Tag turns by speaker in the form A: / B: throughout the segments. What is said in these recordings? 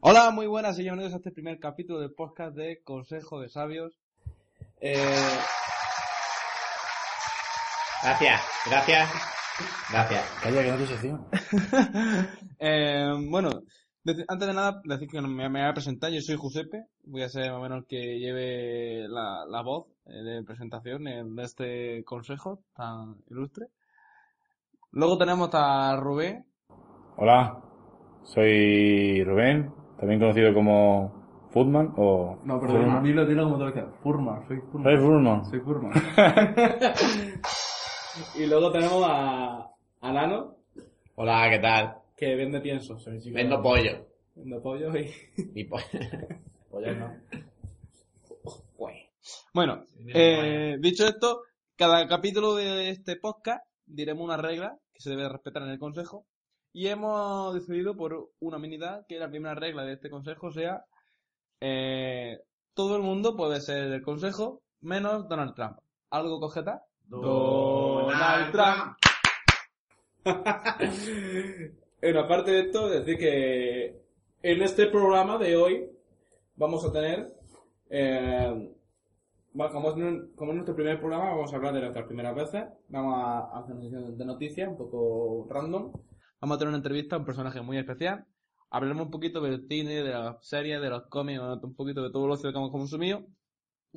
A: Hola, muy buenas y bienvenidos a este primer capítulo del podcast de Consejo de Sabios. Eh,
B: Gracias, gracias, gracias.
C: Calla, que no te sección.
A: Eh, bueno, deci- antes de nada, decir que me, me voy a presentar. Yo soy Giuseppe. Voy a ser más o menos el que lleve la, la voz eh, de presentación en- de este consejo tan ilustre. Luego tenemos a Rubén.
C: Hola, soy Rubén, también conocido como Footman o...
D: No, pero a mí lo tiro como tal vez. Furma, soy Furma.
C: Soy Footman.
D: Soy Furma.
A: Y luego tenemos a, a Nano,
B: Hola, ¿qué tal?
A: que vende pienso. soy chico.
B: Vendo pollo.
A: Vendo pollo y...
B: Y pollo. pollo no.
E: Pues,
B: Güey.
A: Bueno, eh, dicho esto, cada capítulo de este podcast diremos una regla que se debe respetar en el consejo y hemos decidido por unanimidad que la primera regla de este consejo sea eh, todo el mundo puede ser del consejo menos Donald Trump. ¿Algo cojeta? Donald Trump. bueno, aparte de esto, decir que en este programa de hoy vamos a tener, eh, va- como, es, nu- como es nuestro primer programa, vamos a hablar de nuestras primeras veces, vamos a hacer una sesión de noticias un poco random, vamos a tener una entrevista a un personaje muy especial, hablaremos un poquito del cine, de las series, de los cómics, un poquito de todo lo que hemos consumido,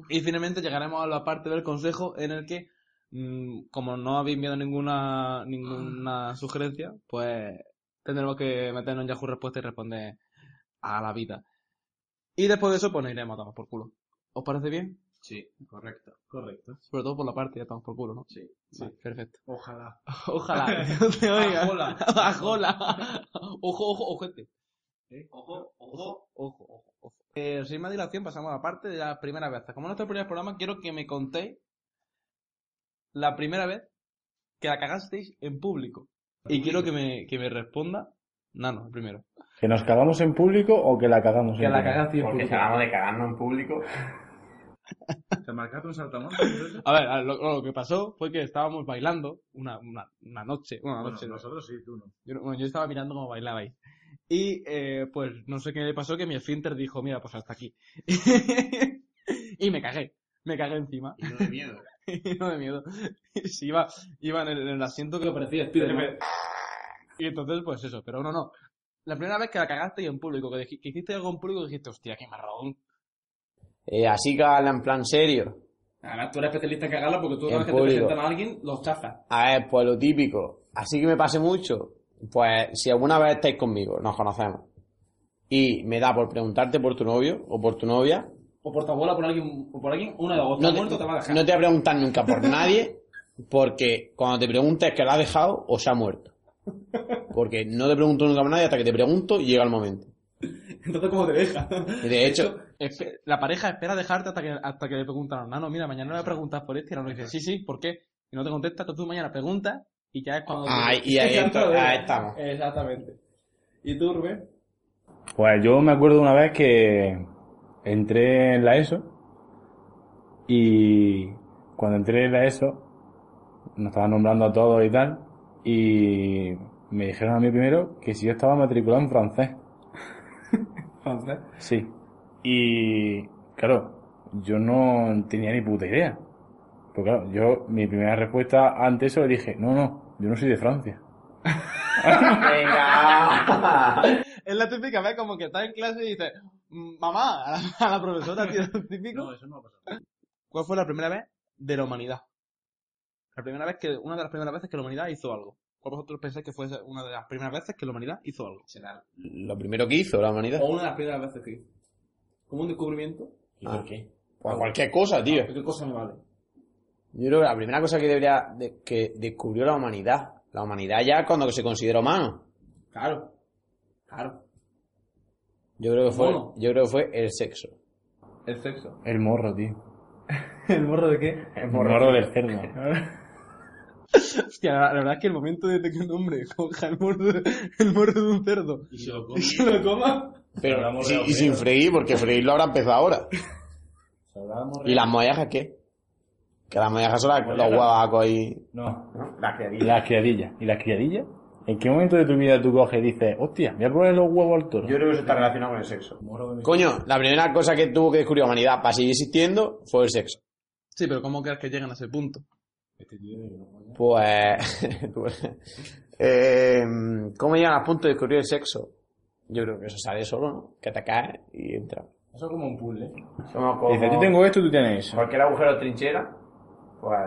A: y finalmente llegaremos a la parte del consejo en el que, mm, como no habéis enviado ninguna, ninguna sugerencia, pues tendremos que meternos en Yahoo Respuesta y responder a la vida. Y después de eso, pues nos iremos a tomar por culo. ¿Os parece bien?
B: Sí, correcto.
D: Correcto.
A: Sobre todo por la parte de tomar por culo, ¿no?
B: Sí.
A: Vale, perfecto.
D: Ojalá.
A: Ojalá. que no te oiga.
D: Ajola.
A: Ajola. Ojo, ojo, ojete.
B: Ojo, ojo.
A: Ojo, ojo, ojo. Eh, sin más dilación, pasamos a la parte de las primeras veces. Como es nuestro primer programa, quiero que me contéis la primera vez que la cagasteis en público. Y quiero que me, que me responda Nano, el primero.
C: ¿Que nos cagamos en público o que la cagamos
D: Que
C: en
D: la
C: público?
D: cagaste en
B: Porque
D: público.
B: se hablamos de cagarnos en público.
D: ¿Te marcaste un saltamontes?
A: A ver, a ver, lo, lo que pasó fue que estábamos bailando una, una, una noche. Una
D: Bueno,
A: noche no.
D: nosotros sí, tú no.
A: Yo, no- bueno, yo estaba mirando cómo bailabais. Y eh, pues no sé qué le pasó, que mi esfínter dijo, mira, pues hasta aquí. y me cagué. Me cagué encima.
B: Y no de miedo.
A: no de miedo. Sí, iba, iba en, el, en el asiento que parecía Spiderman. Y entonces, pues eso, pero no, no. La primera vez que la cagaste y en público, que, dij- que hiciste algo en público, dijiste, hostia, qué marrón.
E: Eh, así que habla en plan serio.
A: Además, tú eres especialista en cagarla porque tú
E: cada En vez que te público. presentan
A: a alguien, los chafas.
E: A ver, pues lo típico. Así que me pase mucho. Pues si alguna vez estáis conmigo, nos conocemos. Y me da por preguntarte por tu novio o por tu novia.
A: O por tu abuela, por alguien, o por alguien, una de dos.
E: No te, no te voy a preguntar nunca por nadie, porque cuando te preguntes que la ha dejado o se ha muerto. Porque no te pregunto nunca por nadie hasta que te pregunto y llega el momento.
A: Entonces, ¿cómo te deja?
E: Y de hecho,
A: Espe- la pareja espera dejarte hasta que, hasta que le preguntan, no, no, mira, mañana le voy a preguntar por este. Y la novia dice, sí, sí, ¿por qué? Y no te contesta, tú mañana preguntas y ya es cuando...
E: Ah, ahí, y ahí ento- ahí estamos.
A: Exactamente. ¿Y tú, Rubén?
C: Pues yo me acuerdo una vez que entré en la ESO y cuando entré en la ESO nos estaban nombrando a todos y tal y me dijeron a mí primero que si yo estaba matriculado en francés.
D: Francés.
C: Sí. Y claro, yo no tenía ni puta idea. Pero claro, yo mi primera respuesta ante eso le dije, no, no, yo no soy de Francia.
B: Venga.
A: Es la típica vez como que estás en clase y dices, "Mm, mamá, a la, a la profesora, tío, lo típico.
D: eso no ha pasado.
A: ¿Cuál fue la primera vez de la humanidad? La primera vez que, una de las primeras veces que la humanidad hizo algo. ¿Cuál vosotros pensáis que fue esa- una de las primeras veces que la humanidad hizo algo?
E: lo primero que hizo la humanidad.
A: O una de las primeras veces que hizo. Como un descubrimiento.
E: ¿Y por qué? Pues cualquier cosa, tío.
A: ¿Qué cosa me vale?
E: Yo creo que la primera cosa que debería de- que descubrió la humanidad, la humanidad ya cuando se considera humano.
A: Claro. Claro.
E: Yo creo que fue,
A: Mono.
E: yo creo que fue el sexo.
D: El sexo.
C: El morro, tío.
D: ¿El morro de qué?
C: El morro del cerdo.
A: Hostia, la, la verdad es que el momento de que un hombre coja el morro, de- el morro de un cerdo
B: Y se lo
A: y se lo coma.
E: Pero
C: Hablamos
E: sí,
C: de
E: y
C: hombre.
E: sin freír, porque freír lo habrá empezado ahora. ¿Y las mollejas qué? Que las mollejas son las- los
C: Mollejas.
E: huevacos ahí.
C: No.
B: La que
C: Y las criadillas. ¿Y las criadillas? ¿En qué momento de tu vida tú coges y dices, hostia, voy a probar los huevos al toro?
F: Yo creo que eso está relacionado con el sexo.
E: Coño, la primera cosa que tuvo que descubrir la humanidad para seguir existiendo fue el sexo.
A: Sí, pero ¿cómo crees que llegan a ese punto?
E: Pues. eh, ¿Cómo llegan al punto de descubrir el sexo? Yo creo que eso sale solo, ¿no? Que te caes y entra.
F: Eso es como un puzzle. Somos como...
C: Dices, yo tengo esto, tú tienes eso.
F: Cualquier agujero trinchera, pues...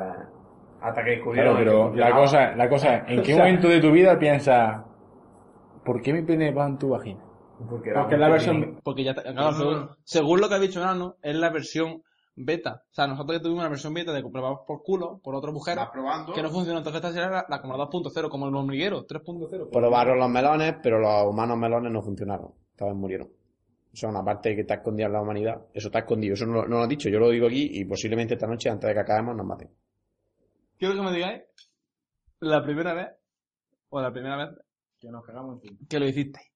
F: Hasta que
C: Claro,
F: descubrieron...
C: pero
F: que
C: la
F: funcionaba.
C: cosa, la cosa es, ¿en qué momento de tu vida piensas, ¿por qué mi pene va en tu vagina?
F: Porque, era
G: Porque es
F: muy
G: la
F: pequeño.
G: versión.
A: Porque ya, te-
B: Ah.
A: claro, según, según lo que ha dicho Nano, es la versión beta. O sea, nosotros ya tuvimos una versión beta de comprobados por culo, por otra mujer,
F: Vas probando.
A: que no funcionó. Entonces esta será la, la como la 2.0, como el hormiguero, 3.0.
E: Probaron los melones, pero los humanos melones no funcionaron. Tal vez murieron. Eso es una parte que está escondida en la humanidad. Eso está escondido. Eso no, lo- no lo he dicho. Yo lo digo aquí y posiblemente esta noche, antes de que acabemos, nos maten.
A: Quiero que me digáis la primera vez, o la primera vez
D: Que nos cagamos en ti.
A: que lo hicisteis.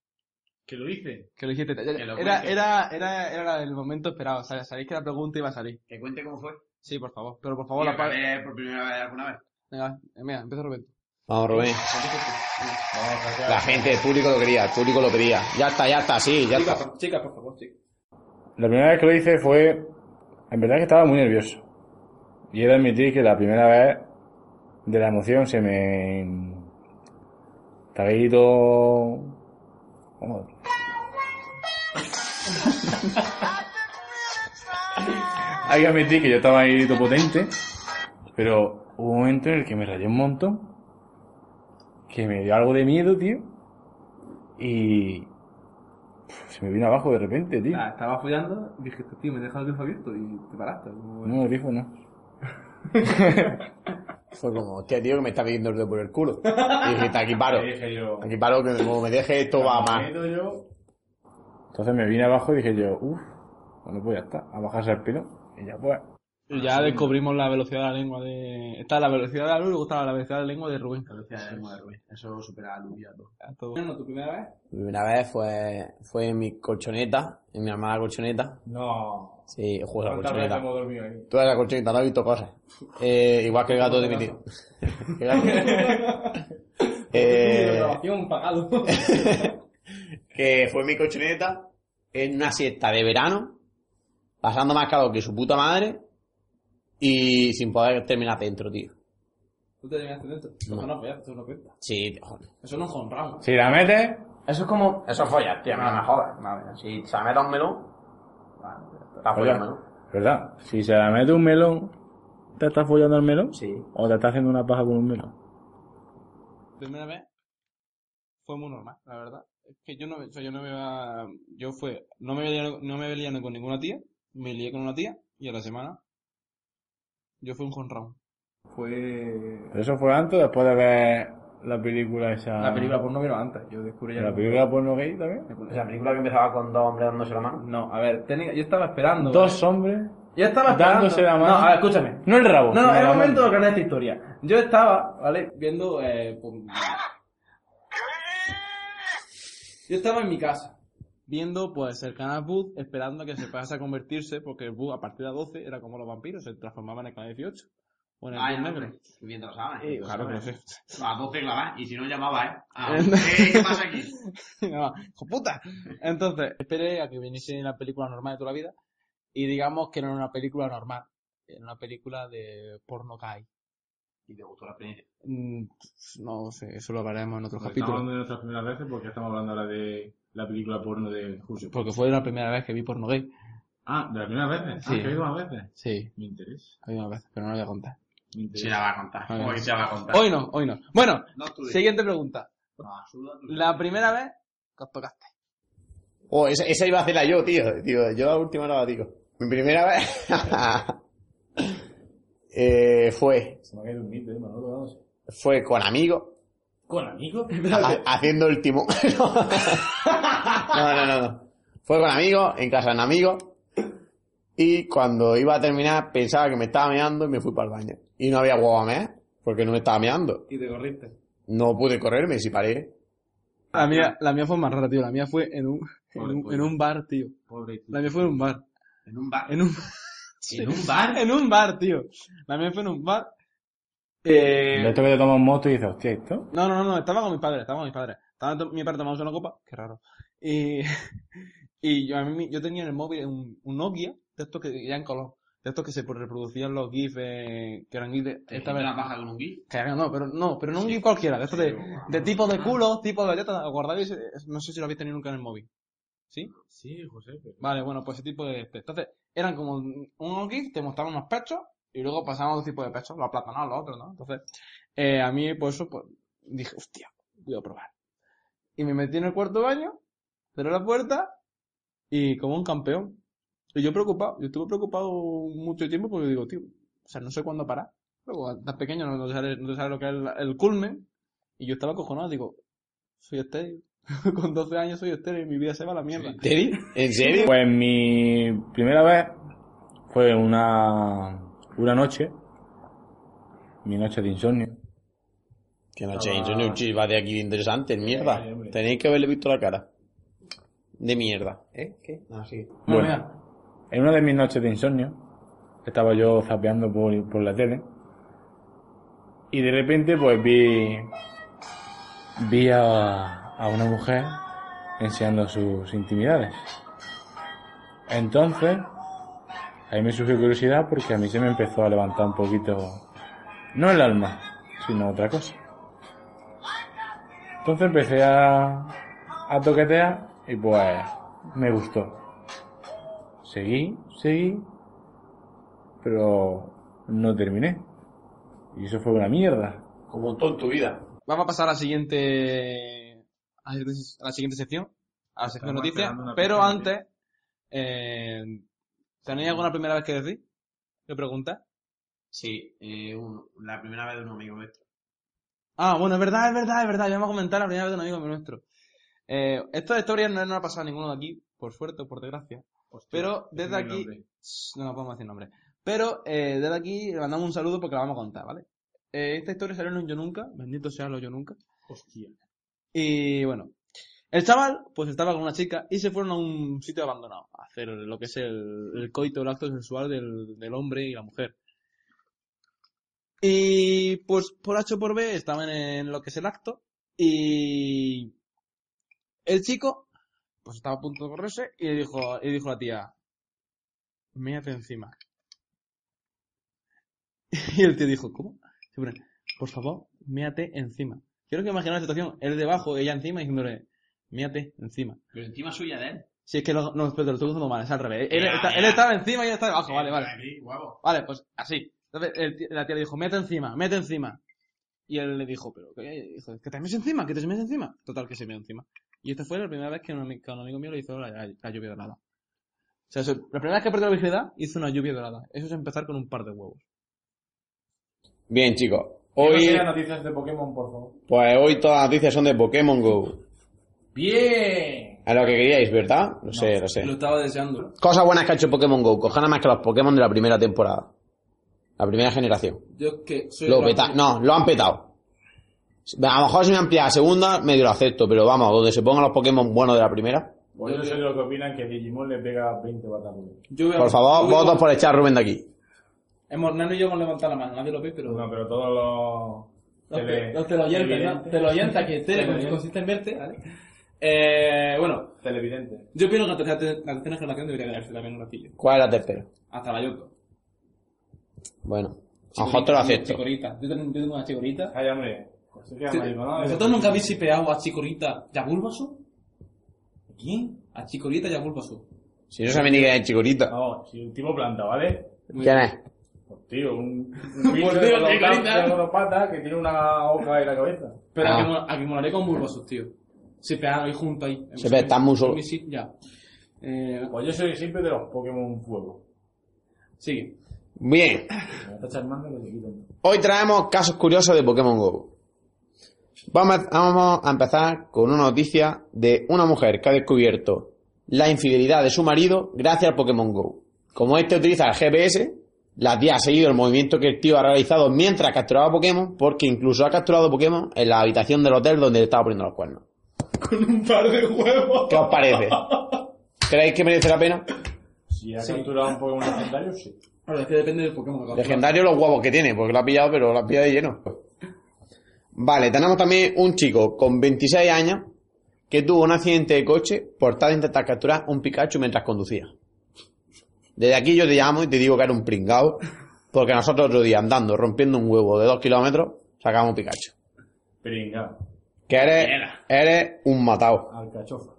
D: Que lo hice.
A: Que lo hicisteis.
F: lo
A: Era,
F: cuente.
A: era, era, era el momento esperado. ¿sabes? Sabéis que la pregunta iba a salir.
F: Que cuente cómo fue.
A: Sí, por favor. Pero por favor,
F: Hola,
A: la pa-
F: por primera vez alguna vez.
A: Venga, eh, mira, empieza Rubén.
E: Vamos, Rubén. La gente, el público lo quería, el público lo pedía. Ya está, ya está, sí, ya
G: Chicas,
E: está.
G: por- chicas, por favor, chicas.
C: La primera vez que lo hice fue, en verdad que estaba muy nervioso. Y he de admitir que la primera vez de la emoción se me... Taguito... Vamos. Hay que admitir que yo estaba ahí todo potente, pero hubo un momento en el que me rayé un montón, que me dio algo de miedo, tío, y... pf, Se me vino abajo de repente, tío.
D: Ah, estaba follando, dije, tío, me he dejado el grifo abierto y te paraste. Como-
C: No, el grifo no.
E: Fue como, hostia, tío, que me está pidiendo el dedo por el culo. Y dije, aquí paro.
F: dije yo...
E: Aquí paro, que como me deje esto va mal.
F: Bonito yo...
C: Entonces me vine abajo y dije yo, uff, bueno, pues ya está, a bajarse el pelo. Y ya pues,
A: Y ya descubrimos la velocidad de la lengua de... Está la velocidad de la luz y luego está la velocidad de la lengua de Rubén.
F: Eso supera a Lugia todo.
A: Ya, todo.
G: Bueno, tu primera vez.
E: Mi primera vez fue, fue en mi colchoneta, en mi armada colchoneta.
F: No.
E: Sí, juego a la
F: ¿Cuántas veces
E: colchoneta.
F: hemos dormido ahí?
E: Tú eres la colchoneta, no has visto cosas. Eh, igual que el gato de mi tío. El gato-
G: Eh...
E: eh,
G: Grabación pagado.
E: que fue mi colchoneta en una siesta de verano, pasando más calor que su puta madre y sin poder terminar dentro, tío.
G: Tú te llegaste dentro. Eso no fue, eso no cuenta.
E: Sí, joder.
G: Eso no es honrado.
C: si la metes,
F: Eso es como... Eso es follar, tío.
E: Ah.
F: No me jodas. Vale, si se me da un melón... Está
C: Oye.
F: follando,
C: ¿verdad? Si se la mete un melón, ¿te estás follando el melón?
F: Sí.
C: ¿O te estás haciendo una paja con un melón?
A: primera vez fue muy normal, la verdad. Es que yo no, o sea, yo no me iba, yo fue, no me veía, no me veía con ninguna tía, me lié con una tía y a la semana yo fui un conrao.
D: Fue...
C: Pero eso fue antes o después de ver la película esa...
D: La película porno vino antes, yo descubrí ya...
C: ¿La película porno gay también?
F: La película que empezaba con dos hombres dándose la mano.
D: No, a ver, tenía... yo estaba esperando.
C: Dos hombres...
D: Yo estaba esperando.
C: Dándose la mano.
D: No, a ver, escúchame.
C: No el rabo.
D: No, no,
C: sino
D: era
C: la
D: el momento
C: mano.
D: de ganar esta historia. Yo estaba, ¿vale?
G: Viendo, eh. pum. Yo estaba en mi casa.
A: Viendo pues el canal Booth, esperando a que se pasase a convertirse, porque el Booth a partir de las 12 era como los vampiros, se transformaban en el canal 18. O en el Booth negro.
F: Ah, Mientras saben.
A: Eh, claro que no sé.
F: A 12 clavas, y si no llamaba, ¿eh? Ah,
A: Eh,
F: eh, ¿Qué pasa aquí?
A: Nada más, ¡hijo puta! Entonces, esperé a que viniese la película normal de toda la vida y digamos que no era una película normal, era una película de porno gay.
F: Y te gustó la experiencia.
A: Mm, No sé, eso lo hablaremos en otro
D: Estamos
A: capítulo.
D: hablando de nuestras primeras veces porque estamos hablando ahora de la película porno de Jusio.
A: Porque fue la primera vez que vi porno gay.
D: Ah, ¿de las primeras veces?
A: Sí.
D: Ah, ¿que ha ido más veces?
A: Sí,
D: Me interesa.
A: hay una vez, pero no lo voy a contar.
D: Me
F: Sí,
D: interesa.
F: la va a contar.
A: Vale.
F: ¿Cómo que se la va a contar?
A: Hoy no, hoy no. Bueno,
F: No, tú dices.
A: siguiente pregunta.
F: No, suda tú.
A: La primera vez que os tocaste.
E: Oh, esa, esa iba a hacerla yo, tío. Tío, yo la última no la digo. Mi primera vez eh, fue,
C: Se me ha caído un mito, eh, Manolo, vamos.
E: fue con amigos,
G: ¿Con amigos?
E: ha- haciendo el timón. no, no, no, no. Fue con amigos, en casa de un amigo. Y cuando iba a terminar, pensaba que me estaba meando y me fui para el baño. Y no había huevo a mear, porque no me estaba meando.
G: Y te corriste.
E: No pude correrme, si paré.
F: Ah,
A: La mía, la mía fue más rara, tío. La mía fue en un, en un, en un bar, tío.
D: Pobre tío.
A: La mía fue en un bar.
F: En un bar.
A: En un,
F: En un bar.
A: en un bar, tío. La mía fue en un bar. Eh,
C: Esto que te tomas moto y dices, hostia, ¿esto?
A: No, no, no, estaba con mis padres, estaba con mis padres. Estaba to- mi padre tomándose una copa, qué raro. Y, y yo, a mí, yo tenía en el móvil un, un Nokia, de estos que ya en color, de estos que se reproducían los GIFs, eh, que eran GIFs de... Esta vez,
F: paja con un gui?
A: que eran- no, pero no, pero no un GIF cualquiera, de estos de, de tipo de culo, tipo de galleta, guardad ese- no sé si lo habéis tenido nunca en el móvil. ¿Sí?
D: Sí, José, pero...
A: Vale, bueno, pues ese tipo de... de- Entonces, eran como un- unos GIFs, te mostraban unos pechos y luego pasaban otro tipo de pechos, los aplatonados, los otros, ¿no? Entonces, eh, a mí, pues eso, pues, dije, hostia, voy a probar. Y me metí en el cuarto baño, cerré la puerta y como un campeón. Y yo preocupado, yo estuve preocupado mucho tiempo porque digo, tío, o sea, no sé cuándo parar. Luego, estás pequeño, no, no te sabes, no te sabes lo que es el, el culmen. Y yo estaba cojonado, digo, soy estéril. Con 12 años soy estéril, mi vida se va a la mierda.
E: ¿Teddy? ¿En serio?
C: Pues mi primera vez fue una, una noche, mi noche de insomnio.
E: Que no, che, yo no chisba de aquí de interesante, mierda. Tenéis que haberle visto la cara. De mierda. ¿Eh? ¿Qué? Ah, sí.
C: Bueno, en una de mis noches de insomnio, estaba yo zapeando por, por la tele y de repente pues vi, vi a, a una mujer enseñando sus intimidades. Entonces, ahí me surgió curiosidad porque a mí se me empezó a levantar un poquito, no el alma, sino otra cosa. Entonces empecé a, a toquetear y pues me gustó. Seguí, seguí, pero no terminé. Y eso fue una mierda.
F: Como todo en tu vida.
A: Vamos a pasar a la siguiente, a la siguiente sección, a la sección de
D: Estamos
A: noticias.
D: esperando una
A: Pero
D: pequeña
A: antes, eh, ¿tenéis alguna primera vez que decir? ¿Qué pregunta?
F: Sí, eh, un- la primera vez de un amigo nuestro.
A: Ah, bueno, es verdad, es verdad, es verdad. Ya vamos a comentar la primera vez de un amigo nuestro. Eh, esta historia no, no ha pasado a ninguno de aquí, por suerte o por desgracia. Pero desde
D: decime el
A: aquí,
D: nombre.
A: Shh, no nos podemos decir nombre. Pero eh, desde aquí le mandamos un saludo porque la vamos a contar, ¿vale? Eh, esta historia salió en un Yo Nunca, bendito sea los Yo Nunca.
D: Hostia.
A: Y bueno, el chaval pues estaba con una chica y se fueron a un sitio abandonado a hacer lo que es el, el coito, el acto sexual del, del hombre y la mujer. Y pues por H o por B estaban en lo que es el acto y el chico pues estaba a punto de correrse y le dijo, y dijo a la tía, mírate encima. Y el tío dijo, ¿cómo? Se pone, por favor, mírate encima. Quiero que imaginar la situación, él debajo, ella encima, diciéndole, mírate encima.
F: Pero encima suya de él.
A: Si es que no, no, espera, te lo estoy contando mal, es al revés. Él,
F: Ya,
A: está-
F: ya.
A: él estaba encima y ella está debajo, vale, vale.
F: Aquí, guapo.
A: Vale, pues así. Entonces el tío- la tía le dijo, mete encima, mete encima. Y él le dijo, pero ¿qué? Dijo, que te metes encima, que te metes encima. Total, que se metió encima. Y esta fue la primera vez que un, ami- que un amigo mío le hizo la, la- la lluvia dorada. O sea, eso- la primera vez que perdió la virginidad, hizo una lluvia dorada. Eso es empezar con un par de huevos.
E: Bien, chicos. Hoy,
C: noticias de Pokémon, por favor.
E: pues hoy todas las noticias son de Pokémon GO.
G: ¡Bien!
E: A lo que queríais, ¿verdad? Lo sé, lo sé.
G: Lo estaba deseando.
E: Cosas buenas que ha hecho Pokémon GO. Cojan más que los Pokémon de la primera temporada. La primera generación.
G: Yo es que soy.
E: Lo
G: rápido.
E: peta no, lo han petado. A lo mejor si me amplía la segunda, medio lo acepto, pero vamos, donde se pongan los Pokémon buenos de la primera.
C: Pues yo sé lo que opinan que Digimon le pega 20 batatas.
G: Yo voy a-
E: Por favor,
G: yo voy a-
E: votos por echar a Rubén de aquí.
G: Hemos, Nano y yo hemos levantado la mano, nadie lo ve, pero.
D: No, pero todos los...
G: Los
D: tele-
G: te- los teleoyentes, ¿no?
D: televidentes-
G: Teleoyentes que tele,
D: Televidentes.
G: consiste en verte, ¿vale? Eh, bueno,
D: Televidentes.
G: yo opino que la tercera, la tercera generación debería quedarse también un ratillo.
E: ¿Cuál es la tercera?
G: Hasta la Yoko.
E: Bueno, a lo mejor te lo acepto.
G: Chicorita. Yo tengo, yo tengo una chicorita.
D: Ay, hombre. José, que
G: Sí.
D: amarillo, ¿no?
G: ¿Vosotros nunca habéis sipeado a Chicorita y a Bulbasaur? ¿A quién? A Chicorita y a Bulbasaur.
E: Si no se me diga el chicorito.
D: No, si un tipo planta, ¿vale?
G: Ah, Muy
E: ¿Quién es?
D: Pues tío, un... Un bicho
C: Pues
G: tío,
D: de dos
G: chicorita.
D: patas- de dos patas que tiene una hoja en la cabeza.
G: Pero
E: Ah.
G: a, que, mo- a que molaré con Bulbasaur, tío. Sipeado ahí junto ahí.
E: Se ve, están muy solos.
G: Mi sit- Ya. Eh,
D: Pues yo soy siempre de los Pokémon Fuego.
G: sigue.
E: Bien,
D: Me está charmando que te quiten.
E: hoy traemos casos curiosos de Pokémon GO. Vamos a, vamos a empezar con una noticia de una mujer que ha descubierto la infidelidad de su marido gracias al Pokémon GO. Como este utiliza el GPS, la tía ha seguido el movimiento que el tío ha realizado mientras capturaba Pokémon, porque incluso ha capturado Pokémon en la habitación del hotel donde le estaba poniendo los cuernos. Con un par de huevos. ¿Qué os parece? ¿Creéis que merece la pena?
D: Si ha capturado un Pokémon legendario, sí.
G: Claro, es que depende del Pokémon. claro.
E: Legendario los guapos que tiene, porque lo ha pillado, pero lo ha pillado de lleno. Vale, tenemos también un chico con 26 años que tuvo un accidente de coche por tal de intentar capturar un Pikachu mientras conducía. Desde aquí yo te llamo y te digo que era un pringao, porque nosotros otro día andando, rompiendo un huevo de dos kilómetros, sacamos un Pikachu.
D: Pringa.
E: Que eres, eres un matado.
D: Alcachofa.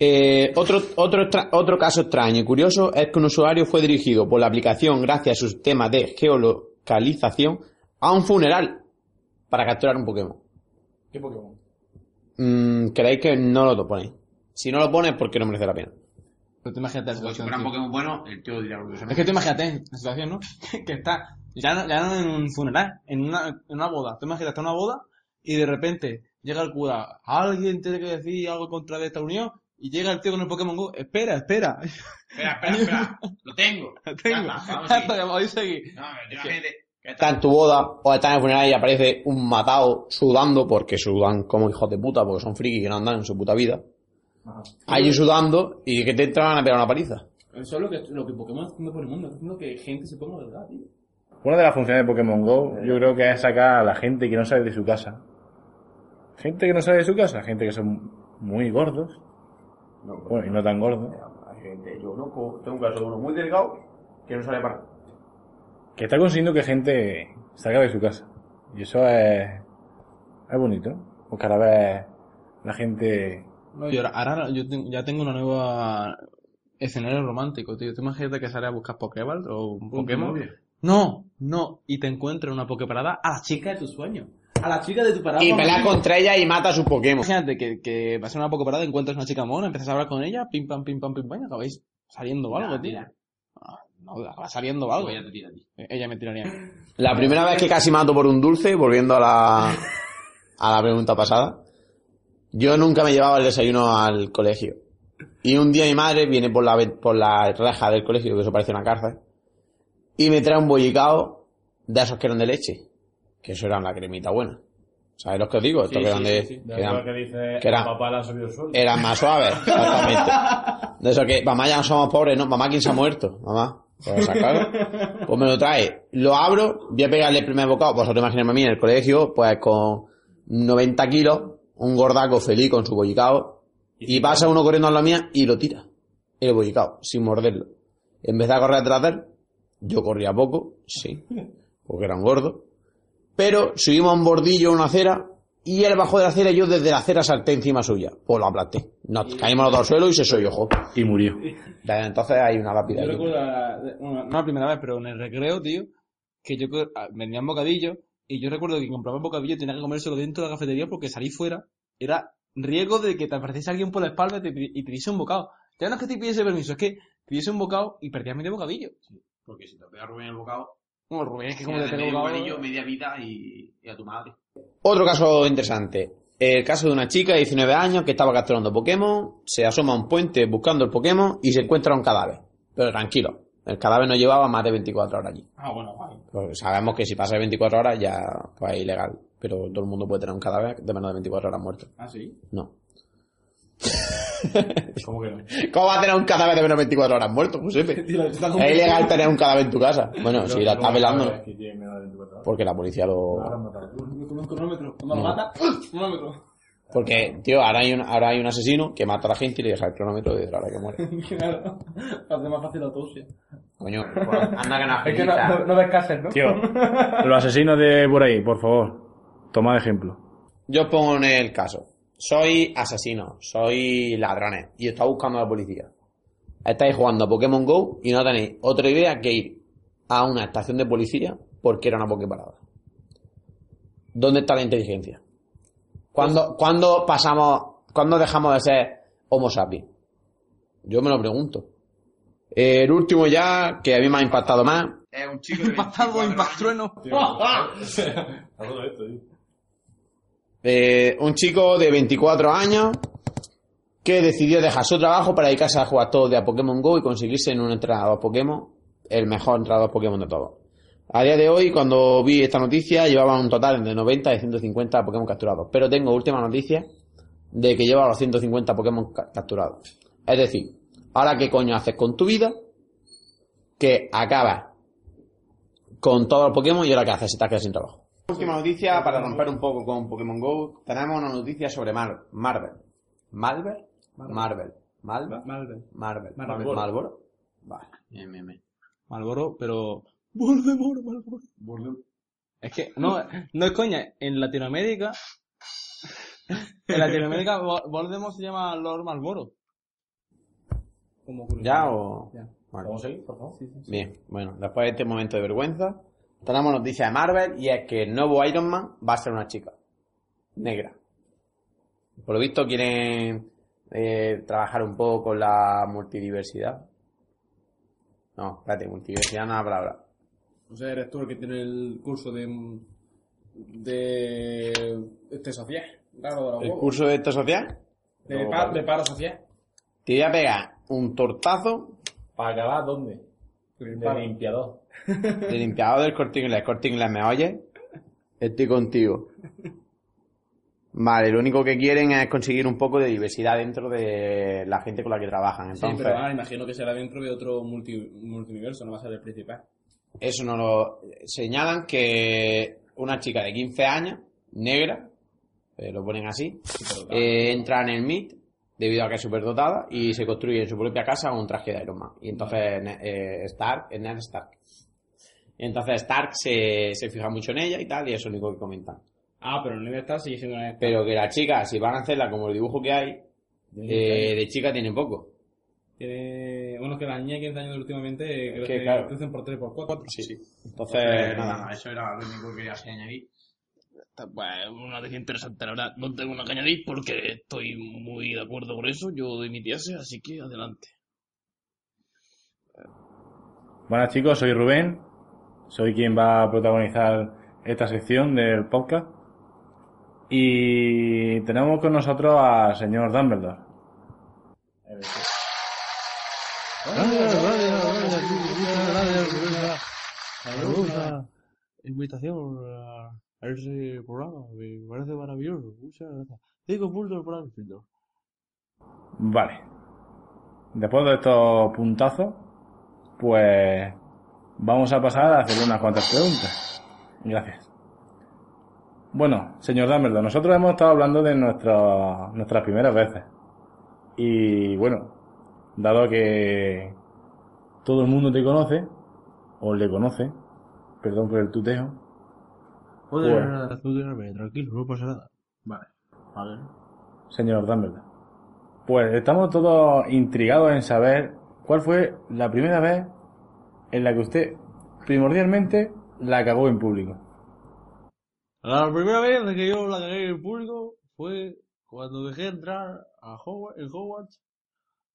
E: Eh, otro, otro, extra- otro caso extraño y curioso es que un usuario fue dirigido por la aplicación gracias a su sistema de geolocalización a un funeral para capturar un Pokémon.
G: ¿Qué Pokémon?
E: Mm, ¿Creéis que no lo ponéis? Si no lo pones, porque no merece la pena.
A: Pero te imagínate la
F: Porque si
A: situación.
F: Pues fuera un
A: tío.
F: Pokémon bueno, el tío diría orgullosamente.
A: Es que tú imagínate la situación, ¿no? que está ya no, ya no en un funeral, en una, en una boda. Tú imagínate, está en una boda y de repente llega el cura, alguien tiene que decir algo contra de esta unión y llega el tío con el Pokémon Go. Espera, espera,
F: Espera, espera, espera. Lo tengo.
A: lo tengo.
F: Ya está, vamos a seguir.
A: Hasta que podéis seguir.
F: No, pero imagínate. que
E: Está
F: está-
E: en tu boda o está en el funeral y aparece un matado sudando porque sudan como hijos de puta porque son frikis que no andan en su puta vida. Allí sudando y que te entran a pegar una paliza.
G: Eso es lo que, lo que Pokémon está haciendo por el mundo. Está haciendo que gente se ponga verdad, tío.
C: Una de las funciones de Pokémon Go, yo creo que es sacar a la gente que no sale de su casa. Gente que no sale de su casa, gente que son muy gordos. Bueno, y no tan gordos.
F: Hay gente, yo loco. Tengo un caso de uno muy delgado que no sale para.
C: Que está consiguiendo que gente salga de su casa. Y eso es, es bonito. Porque cada vez la gente...
A: No, y ahora, ahora yo tengo- ya tengo una nueva escenario romántico, tío. Tú imagínate que sale a buscar Pokéballs o un Pokémon. No, no. Y te encuentras en una Poképarada a la chica de tu sueño.
G: A la chica de tu parada.
E: Y
G: mamá.
E: pelea contra ella y mata a sus Pokémon.
A: Imagínate que, que vas a una Poképarada, encuentras una chica mona, empiezas a hablar con ella, pim pam, pim pam, pim pam, y acabáis saliendo o algo,
F: Nah,
A: tío.
F: mira.
A: Ah, No, acabas saliendo o algo.
F: Pues ya te tira a ti.
A: Eh, Ella me tiraría.
E: La primera vez que casi mato por un dulce, volviendo a la, a la pregunta pasada, yo nunca me llevaba el desayuno al colegio. Y un día mi madre viene por la, ve- por la reja del colegio, que eso parece una cárcel, y me trae un bollicao de esos que eran de leche, que eso eran la cremita buena. ¿Sabes lo que os digo? Estos que eran de... que eran-
D: dice,
E: que era-
D: "A papá le ha subido el sueldo.
C: Eh,
E: eran más suaves, exactamente. De eso que, mamá, ya no somos pobres, ¿no? Mamá, ¿quién se ha muerto? Mamá. Pues, claro. pues me lo trae. Lo abro, voy a pegarle el primer bocado. Vosotros imaginadme a mí en el colegio, pues con 90 kilos, un gordaco feliz con su bollicao. Y pasa uno corriendo a la mía y lo tira. El bollicao, sin morderlo. Empecé a correr detrás de él. Yo corría poco, sí, porque era un gordo. Pero subimos a un bordillo, a una acera, y él bajó de la acera y yo desde la acera salté encima suya. Pues lo aplasté. Nos caímos los dos al suelo y se sollojó.
C: Y murió.
E: Desde entonces hay una lápida
G: Yo
E: aquí.
G: recuerdo a- de- una-
A: No la primera vez, pero en el recreo, tío, que yo co- ah, vendían bocadillos, y yo recuerdo que compraba bocadillo y tenía que comérselo dentro de la cafetería porque salir fuera era riesgo de que te apareciese alguien por la espalda y te, pi- y te diese un bocado. Ya no es que te pidiese permiso, es que te diese un bocado y perdías medio bocadillo.
F: Porque si te pega Rubén el bocado,
A: Bueno, Rubén, es que como
F: mira,
A: te
F: te
A: pega un
F: pega un
A: bocado...
F: bocadillo, media vida y, y a tu madre.
E: Otro caso interesante. El caso de una chica de 19 años que estaba capturando Pokémon, se asoma a un puente buscando el Pokémon y se encuentra un cadáver. Pero tranquilo, el cadáver no llevaba más de 24 horas allí.
A: Ah, bueno, guay.
E: Porque sabemos que si pasa de 24 horas ya pues, es ilegal, pero todo el mundo puede tener un cadáver de menos de 24 horas muerto.
G: Ah, sí.
E: No.
D: ¿Cómo que no?
E: ¿Cómo va a tener un cadáver de menos de 24 horas muerto, Giuseppe?
G: Tío, está como-
E: Es ilegal tener un cadáver en tu casa. Bueno,
D: Pero
E: si la
D: ¿cómo
E: estás velando,
D: sabes
E: ¿no?
D: que tiene menos de 24 horas?
E: porque la policía
D: Ahora
E: lo...
D: han matado.
A: pues,
G: Con un cronómetro. Cuando lo
E: No.
G: mata, ¡pum! cronómetro.
E: Porque, tío, ahora hay, un, ahora hay un asesino que mata a la gente y le deja el cronómetro de la hora que muere.
G: claro. Hace más fácil la autopsia.
E: Coño. pues,
F: Anda que no
H: Es que no, no, no ves caser, ¿no?
C: Tío, los asesinos de por ahí, por favor, tomad ejemplo.
E: Yo os pongo en el caso. Soy asesino, soy ladrones y está buscando a la policía. Estáis jugando a Pokémon Go y no tenéis otra idea que ir a una estación de policía porque era una Poképarada. ¿Dónde está la inteligencia? ¿Cuándo, cuándo pasamos, cuándo dejamos de ser Homo sapiens? Yo me lo pregunto. El último ya, que a mí me ha impactado más,
F: Es un chico de
A: Impactado,
F: 24
A: impactrueno.
D: A todo esto, tío.
E: Eh, un chico de 24 años que decidió dejar su trabajo para dedicarse a jugar todo de a Pokémon Go y conseguirse en un entrenador Pokémon, el mejor entrenador Pokémon de todos. A día de hoy, cuando vi esta noticia, llevaba un total de 90 y 150 Pokémon capturados. Pero tengo última noticia de que lleva los 150 Pokémon ca- capturados. Es decir, ahora qué coño haces con tu vida que acaba con todos los Pokémon y ahora qué haces si te has quedado sin trabajo. Última noticia para romper un poco con Pokémon Go. Tenemos una noticia sobre Mar- Marvel. ¿Marvel? Marvel. Marvel.
G: Marvel.
E: Marvel.
G: Marlboro.
E: Marlboro. Vale. Bien, bien, bien.
A: Malboro, pero. Voldemort, Malboro. Es que, no, no es coña, en Latinoamérica. En Latinoamérica, Vo- Voldemort se llama Lord Malboro.
G: Como ocurre.
E: ¿Ya o...?
G: Ya.
E: Vale.
F: ¿Vamos a seguir, por favor?
E: Bien, bueno, después de este momento de vergüenza, tenemos noticia de Marvel y es que el nuevo Iron Man va a ser una chica negra. Por lo visto quieren eh, trabajar un poco con la multidiversidad. No, espérate, multidiversidad no es la palabra.
G: O sea, eres tú el que tiene el curso de. de. este social. Claro, de los
E: El
G: huevos.
E: curso de esta social,
G: De, pa- de paro social.
E: te voy a pegar un tortazo
F: ¿Para acabar dónde? De
G: Paro.
F: limpiador.
E: de limpiador del Corte Inglés. Corte Inglés, ¿me oyes? Estoy contigo. Vale, lo único que quieren es conseguir un poco de diversidad dentro de la gente con la que trabajan.
G: Sí,
E: Entonces,
G: pero ahora imagino que será dentro de otro multi, multiverso, no va a ser el principal.
E: Eso no lo. Señalan que una chica de 15 años, negra, eh, lo ponen así, eh, entra en el MIT debido a que es superdotada y se construye en su propia casa un traje de Iron Man. Y entonces ne- eh, Stark es Ned Stark. Y entonces Stark se, se fija mucho en ella y tal, y eso es lo único que comentan.
G: Ah, pero no está, sigue siendo una.
E: Pero que la chica, si van a hacerla como el dibujo que hay, eh, de chica tiene poco.
G: Tiene. Bueno, es que la niña de 15 años últimamente. eh, creo
E: que,
G: que
E: claro.
G: crecen por 3 por 4.
E: Entonces, nada.
F: Eh, eso era lo único que quería añadir.
A: Esta, Pues una noticia interesante, la verdad. No tengo nada que añadir porque estoy muy de acuerdo con eso. Yo doy mi clase, así que adelante.
C: Buenas chicos, soy Rubén, soy quien va a protagonizar esta sección del podcast y tenemos con nosotros al señor Dumbledore.
A: Invitación a ese programa, me parece maravilloso. Muchas gracias. Digo Bulldog para el
C: Vale. Después de estos puntazos, pues vamos a pasar a hacerle unas cuantas preguntas. Gracias. Bueno, señor Dumbledore, nosotros hemos estado hablando de nuestro- nuestras primeras veces. Y bueno, dado que todo el mundo te conoce, o le conoce, perdón por el tutejo, pues,
A: Puedes
C: Bueno.
A: azucarme, tranquilo, no pasa nada.
C: señor Dumbledore. Pues estamos todos intrigados en saber cuál fue la primera vez en la que usted primordialmente la cagó en público.
A: La primera vez en que yo la cagué en público fue cuando dejé entrar a Howard, en Hogwarts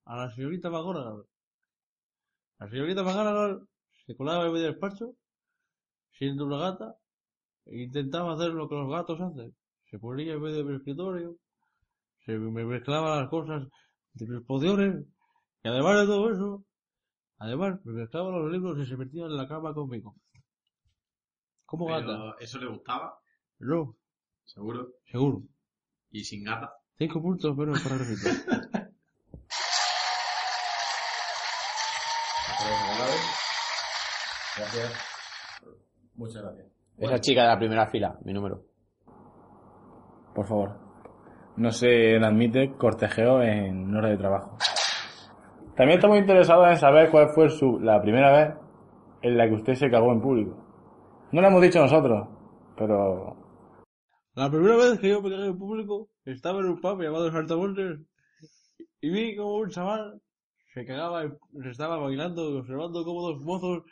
A: a la señorita McGonagall. La señorita McGonagall se colaba en medio del despacho, siendo una gata, e intentaba hacer lo que los gatos hacen. Se ponía en medio de mi escritorio, se me mezclaba las cosas de mis pociones, y además de todo eso, además me mezclaba los libros y se metía en la cama conmigo. Como gata.
F: ¿Eso le gustaba?
A: No,
F: Seguro.
A: Seguro.
F: ¿Y sin gata?
A: Cinco puntos menos para resultar.
F: Gracias. Muchas gracias.
E: Esa chica de la primera fila, mi número.
C: Por favor. No se admite cortejeo en hora de trabajo. También estamos interesados en saber cuál fue su, la primera vez en la que usted se cagó en público. No lo hemos dicho nosotros, pero
A: La primera vez que yo me cagué en público, estaba en un pub llamado Saltamontes y vi como un chaval se cagaba, en- se estaba bailando y observando como dos mozos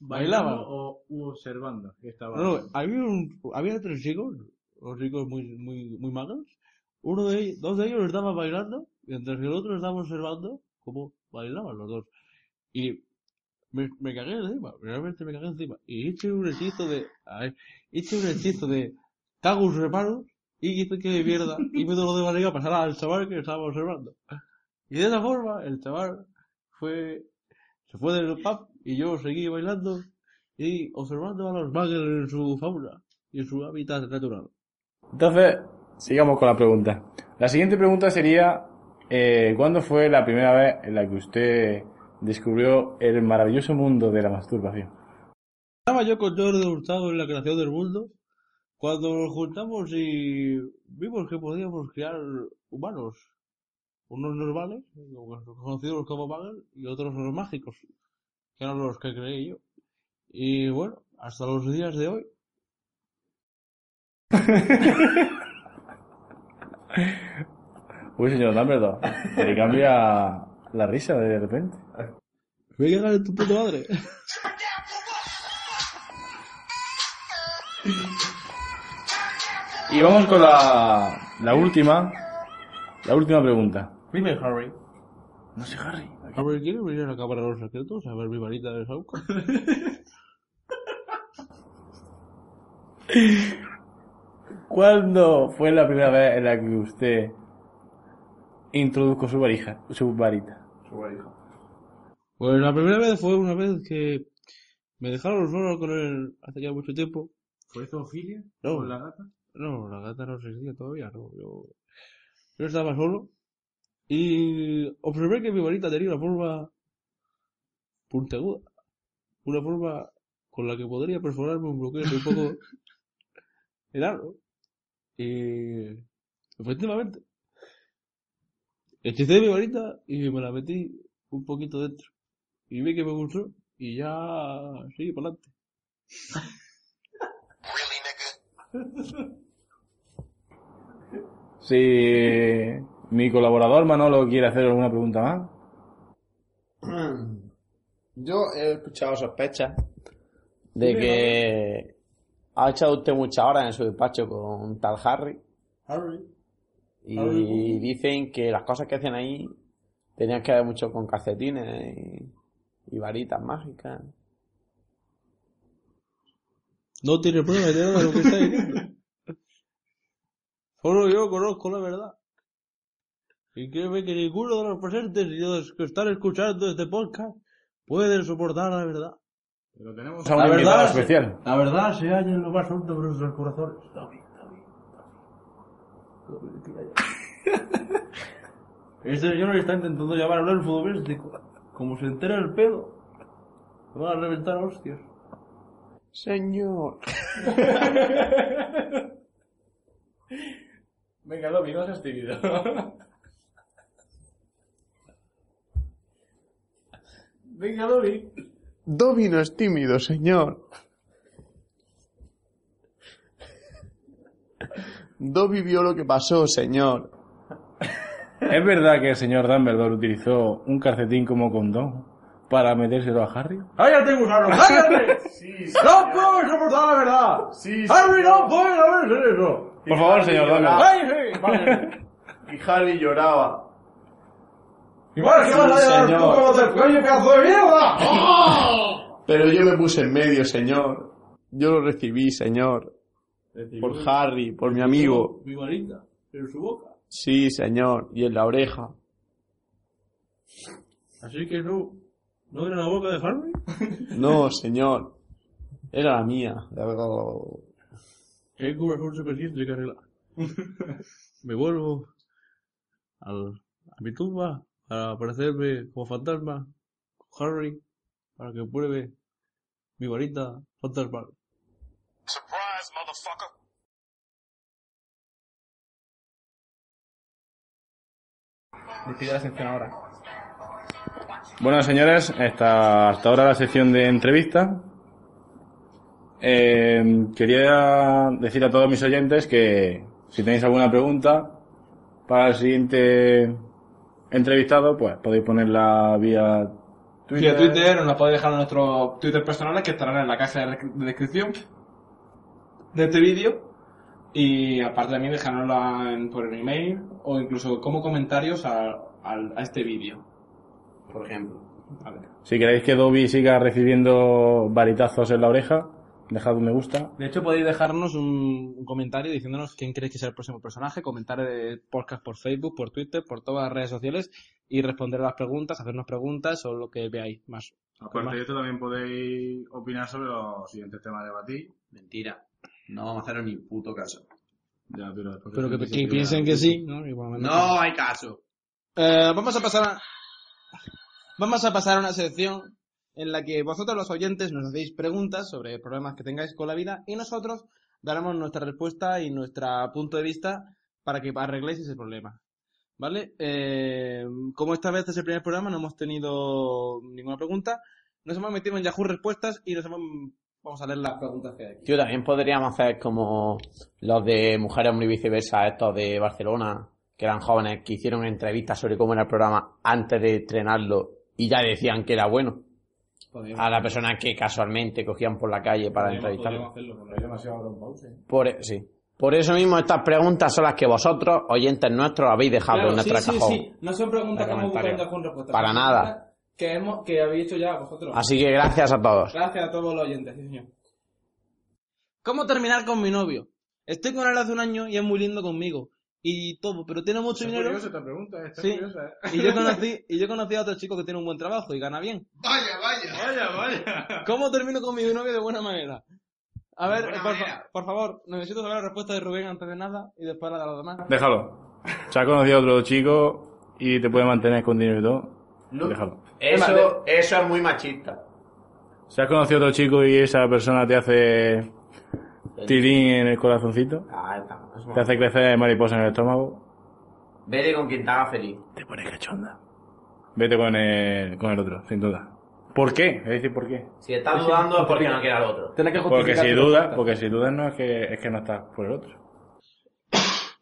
A: bailaban.
D: o u observando. que Estaba...
A: No, no, había, un, había tres chicos, dos chicos muy, muy, muy magros. Uno de ellos, dos de ellos estaban bailando, mientras que el otro estaba observando cómo bailaban los dos. Y me, me cagué encima, realmente me cagué encima. Y hice un hechizo de, ay, hice un hechizo de cagus reparos y hice que mi mierda y me dolor de barriga pasara al chaval que estaba observando. Y de esa forma, el chaval fue, se fue del pub y yo seguí bailando y observando a los bagels en su fauna y en su hábitat natural.
C: Entonces, sigamos con la pregunta. La siguiente pregunta sería, eh, ¿cuándo fue la primera vez en la que usted descubrió el maravilloso mundo de la masturbación.
A: Estaba yo con Jordi Hurtado en la creación del mundo cuando nos juntamos y vimos que podíamos crear humanos. Unos normales, conocidos como Bagel, y otros los mágicos, que eran los que creí yo. Y bueno, hasta los días de hoy.
C: Uy, señor Dumbledore, se le cambia la risa de repente.
A: Me voy a cagar en tu puta madre.
C: Y vamos con la, la última, la última pregunta.
A: Dime, Harry.
C: No sé, Harry.
A: Harry, ¿quieres venir a la cámara de los secretos a ver mi varita de Sauco?
C: ¿Cuándo fue la primera vez en la que usted introdujo su varija, su varita?
A: Pues la primera vez fue una vez que me dejaron solo con él hace ya mucho tiempo.
D: ¿Fue zoofilia?
A: No.
D: ¿Con la gata?
A: No, la gata no se existía todavía, no. Yo, yo estaba solo y observé que mi varita tenía una forma puntiaguda. Una forma con la que podría perforarme un bloqueo un poco enano. Y efectivamente, hechicé mi varita y me la metí un poquito dentro. Y vi que me gustó y ya, sí, para adelante.
C: Si mi colaborador Manolo quiere hacer alguna pregunta más.
E: Yo he escuchado sospechas de que ha echado usted muchas horas en su despacho con tal Harry. Y dicen que las cosas que hacen ahí tenían que ver mucho con calcetines y, y varitas mágicas.
A: No tiene pruebas de nada de lo que está diciendo. Solo yo conozco la verdad. Y créeme que ninguno de los presentes y los que están escuchando este podcast pueden soportar la verdad.
D: Pero tenemos...
C: Vamos a un
A: La
C: invitado
A: verdad-
C: especial.
A: La verdad se halla en lo más hondo de nuestros corazones. David, David, David. David, aquí hay- Este señor está intentando llamar a hablar doméstico. Como se entera el pedo, me van a reventar a hostias.
E: Señor.
G: Venga, Dobby, no seas tímido. Venga, Dobby.
E: Dobby no es tímido, señor. Dobby vio lo que pasó, señor.
C: ¿Es verdad que el señor Dumbledore utilizó un calcetín como condón para metérselo a Harry?
A: ¡Cállate, gusano! ¡Cállate! ¡No puedo soportar la verdad!
E: Sí,
A: ¡Harry, no puedes hacer eso!
C: Por favor, señor Dumbledore.
A: ¡Ay, sí! Vale.
E: Y Harry lloraba.
A: ¡Igual que vas a llevar tú con los del cuello, pedazo de mierda!
E: Pero yo me puse en medio, señor. Yo lo recibí, señor. Por Harry, por mi amigo.
A: Mi varita, en su boca.
E: Sí, señor. Y en la oreja.
A: Así que no. ¿No era la boca de Harry?
E: No, señor. Era la mía.
A: Qué corazón se perdió de carrera. Me vuelvo al, a mi tumba para aparecerme como fantasma con Harry para que pruebe mi varita fantasmal.
F: Decide la sección ahora.
C: Bueno, señores, hasta, hasta ahora la sección de entrevista. Eh, quería decir a todos mis oyentes que si tenéis alguna pregunta para el siguiente entrevistado, pues podéis ponerla vía Twitter.
G: Vía Twitter, nos la podéis dejar en nuestros Twitter personales que estarán en la caja de, re- de descripción de este vídeo. Y aparte también dejárnosla en- por el email o incluso como comentarios a, al- a este vídeo.
F: Por ejemplo.
G: A ver.
C: Si queréis que Dobby siga recibiendo varitazos en la oreja, dejad un me gusta.
A: De hecho, podéis dejarnos un, un comentario diciéndonos quién creéis que sea el próximo personaje, comentar el podcast por Facebook, por Twitter, por todas las redes sociales y responder a las preguntas, hacernos preguntas o lo que veáis más.
D: Aparte de esto también podéis opinar sobre los siguientes temas a debatir.
F: Mentira. No vamos a hacer ni puto caso.
D: Ya, pero después...
A: Pero que,
D: Sí,
A: que
D: sí,
A: piensen
D: ya.
A: que sí, ¿no? Igualmente.
F: No hay caso.
A: Eh, vamos a pasar a...
G: Vamos a pasar a una sección en la que vosotros los oyentes nos hacéis preguntas sobre problemas que tengáis con la vida y nosotros daremos nuestra respuesta y nuestro punto de vista para que arregléis ese problema. ¿Vale? Eh, como esta vez es el primer programa, no hemos tenido ninguna pregunta. Nos hemos metido en Yahoo Respuestas y nos hemos... Vamos a leer las preguntas que hay aquí.
E: Tío, también podríamos hacer como los de Mujeres Hombre y Viceversa, estos de Barcelona, que eran jóvenes, que hicieron entrevistas sobre cómo era el programa antes de estrenarlo y ya decían que era bueno. A la persona que casualmente cogían por la calle para entrevistarlo.
I: Hay demasiado Aaron Pause. ¿eh?
E: Por, e- sí. Por eso mismo estas preguntas son las que vosotros, oyentes nuestros, habéis dejado
A: Claro,
E: en
A: sí,
E: nuestra
A: sí,
E: cajón.
A: sí. No son preguntas
E: De
A: como
E: comentario.
A: buscando con respuesta.
E: Para
A: Son
E: nada.
A: preguntas Que, hemos, que habéis hecho ya vosotros.
E: Así que gracias a todos.
A: Gracias a todos los oyentes, sí, señor.
G: ¿Cómo terminar con mi novio? Estoy con él hace un año y es muy lindo conmigo. Y todo, pero tiene mucho
I: Está
G: dinero.
I: curiosa esta pregunta, está
G: Sí.
I: curiosa, ¿eh?
G: Y yo conocí, y yo conocí a otro chico que tiene un buen trabajo y gana bien.
I: Vaya, vaya. Vaya, vaya.
G: ¿Cómo termino con mi novio de buena manera? A ver,
I: buena
G: por, fa-
I: manera.
G: por favor, necesito saber la respuesta de Rubén antes de nada y después la de los demás.
C: Déjalo. Se ha conocido a otro chico y te puede mantener con dinero y todo.
E: No.
C: Déjalo.
E: Eso, eso es muy machista.
C: Si has conocido a otro chico y esa persona te hace tirín en el corazoncito,
E: Ah, está. es
C: te
E: mal.
C: hace crecer mariposa en el estómago,
E: Vete con quien te haga feliz.
C: te pones cachonda. Vete con el, con el otro, sin duda. ¿Por qué? Es decir, ¿por qué?
E: Si estás
A: Pues
E: dudando es porque no quiere al otro.
J: Tienes que
C: Porque
J: justificar.
C: si
J: tu
C: dudas,
J: respuesta.
C: porque si dudas no es que, es que no estás por el otro.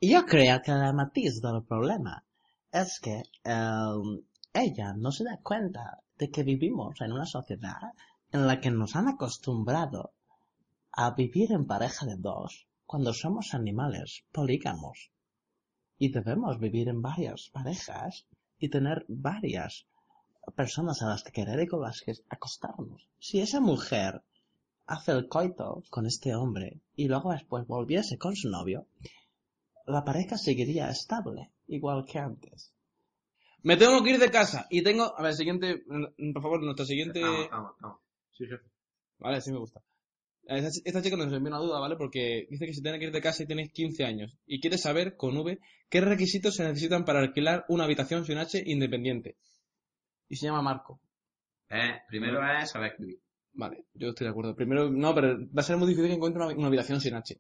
K: Jo crec que el matís del problema es que eh, ella no se da cuenta de que vivimos en una sociedad en la que nos han acostumbrado a vivir en pareja de dos cuando somos animales polígamos. Y debemos vivir en varias parejas y tener varias personas a las que querer y con las que acostarnos. Si esa mujer hace el coito con este hombre y luego después volviese con su novio, la pareja seguiría estable, igual que antes.
G: Me tengo que ir de casa y tengo... A ver, siguiente... mm, Por favor, nuestra siguiente...
I: Sí, jefe.
G: Vale, sí me gusta. Esta, chi- esta chica nos envió una duda, ¿vale? Porque dice que si tiene que ir de casa y tienes 15 años y quiere saber, con V, qué requisitos se necesitan para alquilar una habitación sin H independiente. Y se llama Marco.
L: Eh, primero es saber escribir.
G: Vale, yo estoy de acuerdo. Primero, no, pero va a ser muy difícil que encuentre una, una habitación sin H.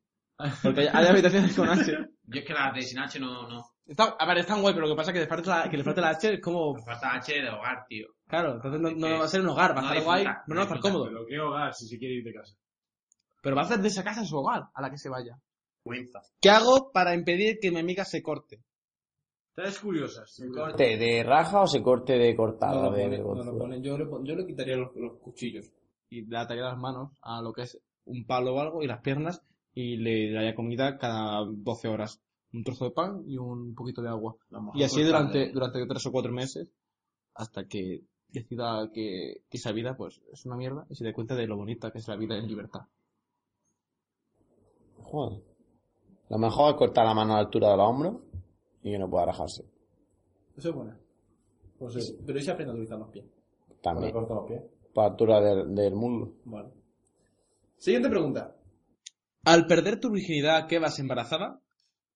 G: Porque hay, hay habitaciones con H.
L: Yo es que las de sin H no, no.
G: Está, a ver, están guay, pero lo que pasa es que le falta la, que le falta la H es como...
L: Me falta H de hogar, tío.
G: Claro, entonces no, no va a ser un hogar, va a
L: No
G: estar
L: disfruta,
G: guay,
L: no
G: pero no va a estar
L: disfruta,
G: cómodo.
I: Pero qué hogar si se quiere ir de casa.
G: Pero va a hacer de esa casa su hogar, a la que se vaya. ¿Qué hago para impedir que mi amiga se corte?
I: Estás curiosa. sí.
E: ¿Corte de raja o se corte de cortado?
A: No lo
E: de
A: ponen, no
E: vergonzoso?
A: lo ponen. Yo, le, pon- yo le quitaría los, los cuchillos.
G: Y le ataría las manos a lo que es un palo o algo y las piernas y le daría comida cada 12 horas. Un trozo de pan y un poquito de agua. Y así durante, durante tres o cuatro meses hasta que decida que, que esa vida pues es una mierda y se dé cuenta de lo bonita que es la vida en libertad.
E: Joder. Lo mejor es cortar la mano a la altura del hombro y que no pueda rajarse.
A: Eso es buena. Pues sí. Pero ella aprende a utilizar los pies.
E: También. Por la altura del, del muslo.
A: Vale. Siguiente pregunta.
G: Al perder tu virginidad, ¿quedas embarazada?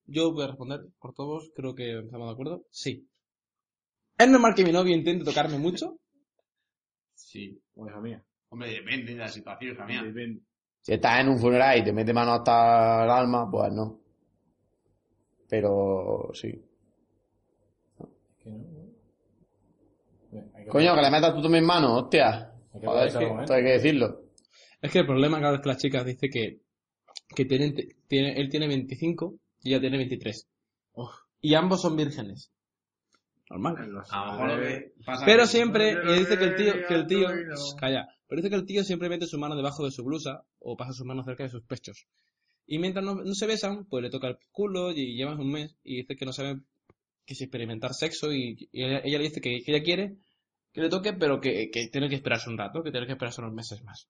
G: Yo voy a responder por todos, creo que estamos de acuerdo. Sí. ¿Es normal que mi novio intente tocarme mucho?
L: Sí.
I: Como hija mía.
L: Hombre, depende de la situación, hija mía.
I: Depende.
E: Si estás en un funeral y te mete mano hasta el alma, pues no. Pero sí. Coño, que le metas tú también mano, hostia. Joder,
A: aprovechar el
E: esto hay que decirlo.
G: Es que el problema, claro, es que la chica dice que, que tienen- tiene- él tiene 25 y ella tiene 23. Y ambos son vírgenes.
L: A
G: Normal.
L: lo mejor lo que Ah, pasa
G: Pero
L: es que-
G: siempre,
I: Pero
G: y dice que el tío, que el tío,
I: que no.
G: Shh, calla, pero dice que el tío siempre mete su mano debajo de su blusa o pasa su mano cerca de sus pechos. Y mientras no, no se besan, pues le toca el culo y llevan un mes y dice que no sabe que si experimentar sexo y, y ella, ella le dice que, que ella quiere que le toque, pero que, que tiene que esperarse un rato, que tiene que esperarse unos meses más.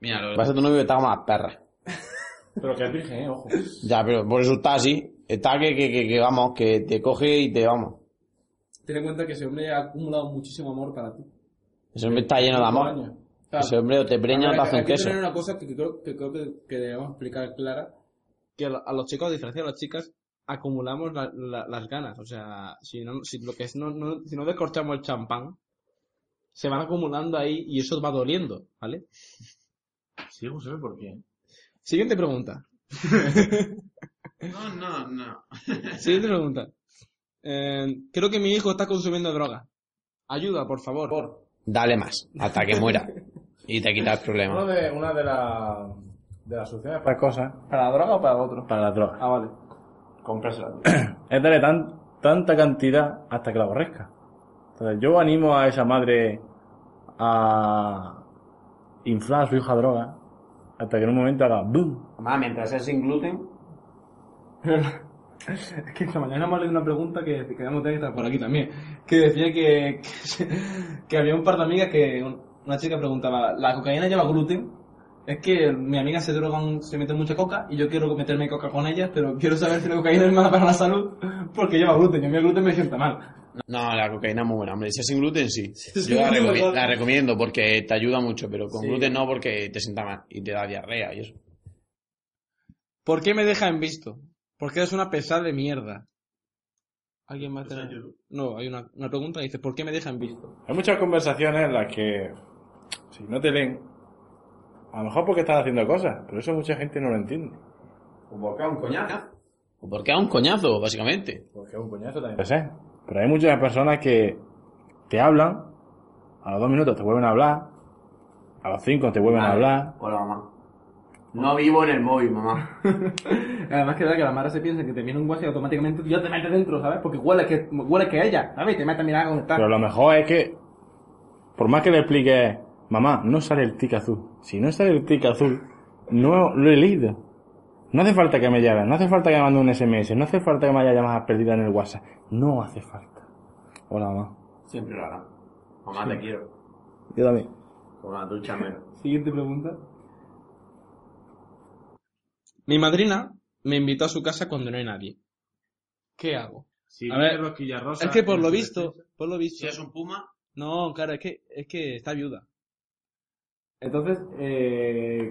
L: Mira, lo
E: Va a ser tu novio que está como las perras.
A: Pero que es virgen, eh, ojo.
E: Ya, pero por eso está así. Está que, que, que, que vamos, que te coge y te vamos.
A: Ten en cuenta que ese hombre ha acumulado muchísimo amor para ti.
E: Ese hombre está lleno de amor.
A: Años. Claro.
E: Ese hombre o te preña o te
A: Ahora,
E: hace
A: hay
E: un
A: que
E: queso.
A: tener una cosa que creo que, creo que, que debemos explicar clara.
G: Que a, lo- a los chicos, a diferencia de las chicas, acumulamos la- la- las ganas. O sea, si, no, si lo que es, no, no- si no descorchamos el champán, se van acumulando ahí y eso va doliendo, ¿vale?
M: Sí, no sé por qué.
G: Siguiente pregunta.
M: No, no, no.
G: Siguiente pregunta. Eh, creo que mi hijo está consumiendo droga. Ayuda, por favor.
E: Dale más, hasta que muera. Y te quitas el
F: Una
E: problema.
F: de, una de, la, de las soluciones
C: Otra cosa,
F: para la droga o para otro.
C: para las drogas.
F: Ah, vale. Comprársela. tú.
C: es darle tan, tanta cantidad hasta que la aborrezca. Entonces, yo animo a esa madre a inflar a su hija droga hasta que en un momento haga ¡boom!
F: Mamá, mientras es sin gluten.
G: Es que esta mañana hemos leído una pregunta que que debemos tener por aquí también, que decía que, que, que había un par de amigas que un- una chica preguntaba, ¿la cocaína lleva gluten? Es que mi amiga se droga, un- se mete mucha coca y yo quiero meterme coca con ella, pero quiero saber si la cocaína es mala para la salud porque lleva gluten y a mí el gluten me sienta mal.
E: No, la cocaína es muy buena. Hombre, si es sin gluten, sí.
G: sí,
E: Yo la,
G: sí,
E: recomi-
G: verdad.
E: la recomiendo porque te ayuda mucho, pero con gluten no porque te sienta mal y te da diarrea y eso.
G: ¿Por qué me deja en visto? Porque eres una pesada de mierda. ¿Alguien más tiene? No, hay una, una pregunta que dice, ¿por qué me deja en visto?
C: Hay muchas conversaciones en las que, si no te leen, a lo mejor porque estás haciendo cosas, pero eso mucha gente no lo entiende.
F: Un volcán, un coñazo.
E: O Porque es un coñazo, básicamente.
F: Porque un coñazo también.
C: Lo sé, pero hay muchas personas que te hablan, a los dos minutos te vuelven a hablar, a los cinco te vuelven a hablar.
F: Hola, mamá. No vivo en el móvil, mamá.
G: Además que da que la madre se piensa que te viene un guaje y automáticamente tú ya te metes dentro, ¿sabes? Porque huele que, huele que ella, ¿sabes? Y te mete a mirar a está.
C: Pero lo mejor es que, por más que le expliques, mamá, no sale el tic azul. Si no sale el tic azul, no lo he leído. No hace falta que me llamen, no hace falta que me mande un SMS, no hace falta que me haya llamadas perdidas en el WhatsApp. No hace falta. Hola, mamá.
F: Siempre lo hará. Mamá, te quiero.
C: Yo también.
F: Con la ducha menos.
G: Siguiente pregunta. Mi madrina me invitó a su casa cuando no hay nadie. ¿Qué hago?
M: Si
G: A ver,
M: tienes los quillarrosas,
G: es que por lo
M: tienes
G: visto,
M: defensa.
G: por lo visto.
M: Si es un puma,
G: No, claro, es que, es que está viuda.
N: Entonces, eh,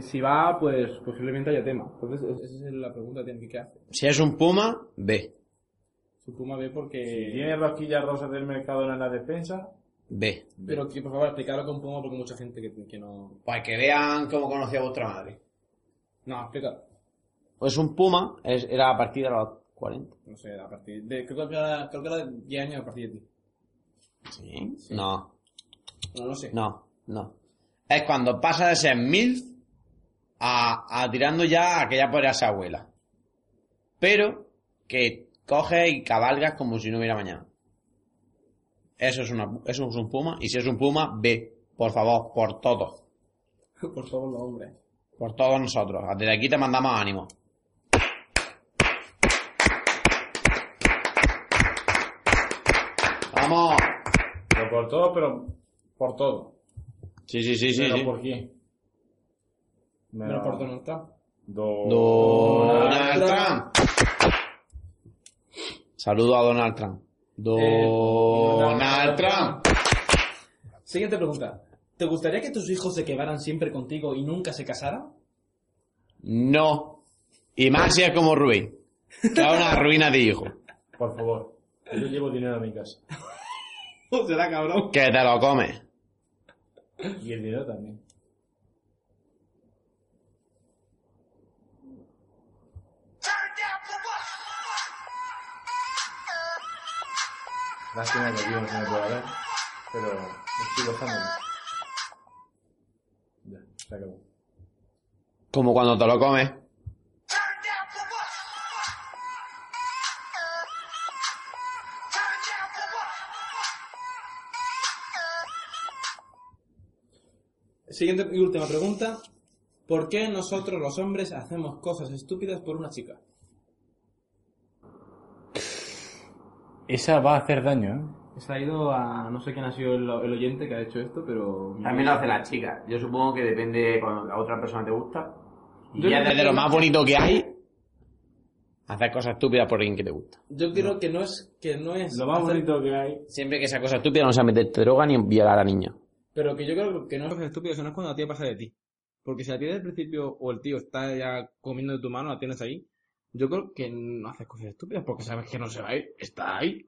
N: si va, pues posiblemente haya tema. Entonces, es- esa es la pregunta que tiene que hacer.
E: Si es un puma, ve,
N: Su puma ve porque...
M: si tienes Eh, rosquillas rosas del mercado en la despensa,
E: ve.
N: Pero, que, por favor, explicarlo con puma porque mucha gente que, que no...
E: Para que vean cómo conocía a vuestra madre.
N: No, explica.
E: Pues un puma es- era a partir de los 40.
N: No sé, a partir de... Creo que era, creo que era de 10 años a partir de ti.
E: ¿Sí? No,
N: No lo sé.
E: no, no. Es cuando pasa de ser mil a, a tirando ya a que ya podría ser abuela. Pero que coges y cabalgas como si no hubiera mañana. Eso es, una, eso es un puma. Y si es un puma, ve. Por favor, por todos.
N: Por todos los hombres.
E: Por todos nosotros. Desde aquí te mandamos ánimo. ¡Vamos!
M: pero por todo, pero por todo.
E: Sí, sí, sí, sí.
M: pero
E: sí.
M: por quién.
N: Menos por Donald Trump.
M: Do-
E: Donald Trump. Saludo a Donald Trump. Donald Trump.
N: Siguiente pregunta. ¿Te gustaría que tus hijos se quedaran siempre contigo y nunca se casaran?
E: No. Y más si es como Rubén. Que es una ruina de hijo.
M: Por favor, yo llevo dinero a mi casa.
N: Oh, Será cabrón.
E: Que te lo comes.
M: Y el dinero también. Lástima que aquí no se me pueda ver, pero estoy gozándome. Ya, se acabó.
E: Como cuando te lo comes.
N: Siguiente y última pregunta. ¿Por qué nosotros los hombres hacemos cosas estúpidas por una chica?
C: Esa va a hacer daño, ¿eh?
G: Se ha ido a... no sé quién ha sido el, el oyente que ha hecho esto, pero...
F: También lo hace la chica. Yo supongo que depende cuando la otra persona te gusta. Y
E: Y
F: ya
E: es de lo más bonito que hay. Hacer cosas estúpidas por alguien que te gusta.
N: Yo creo que no es que no es
M: Lo más
N: hacer-
M: bonito que hay,
E: Siempre que esa cosa estúpida no sea meterte droga ni violar a niños.
N: pero que yo creo que no
G: cosas estúpidas son cuando la tía pasa de ti. Porque si la tía del principio o el tío está ya comiendo de tu mano, la tienes ahí, yo creo que no haces cosas estúpidas porque sabes que no se va a ir, está ahí.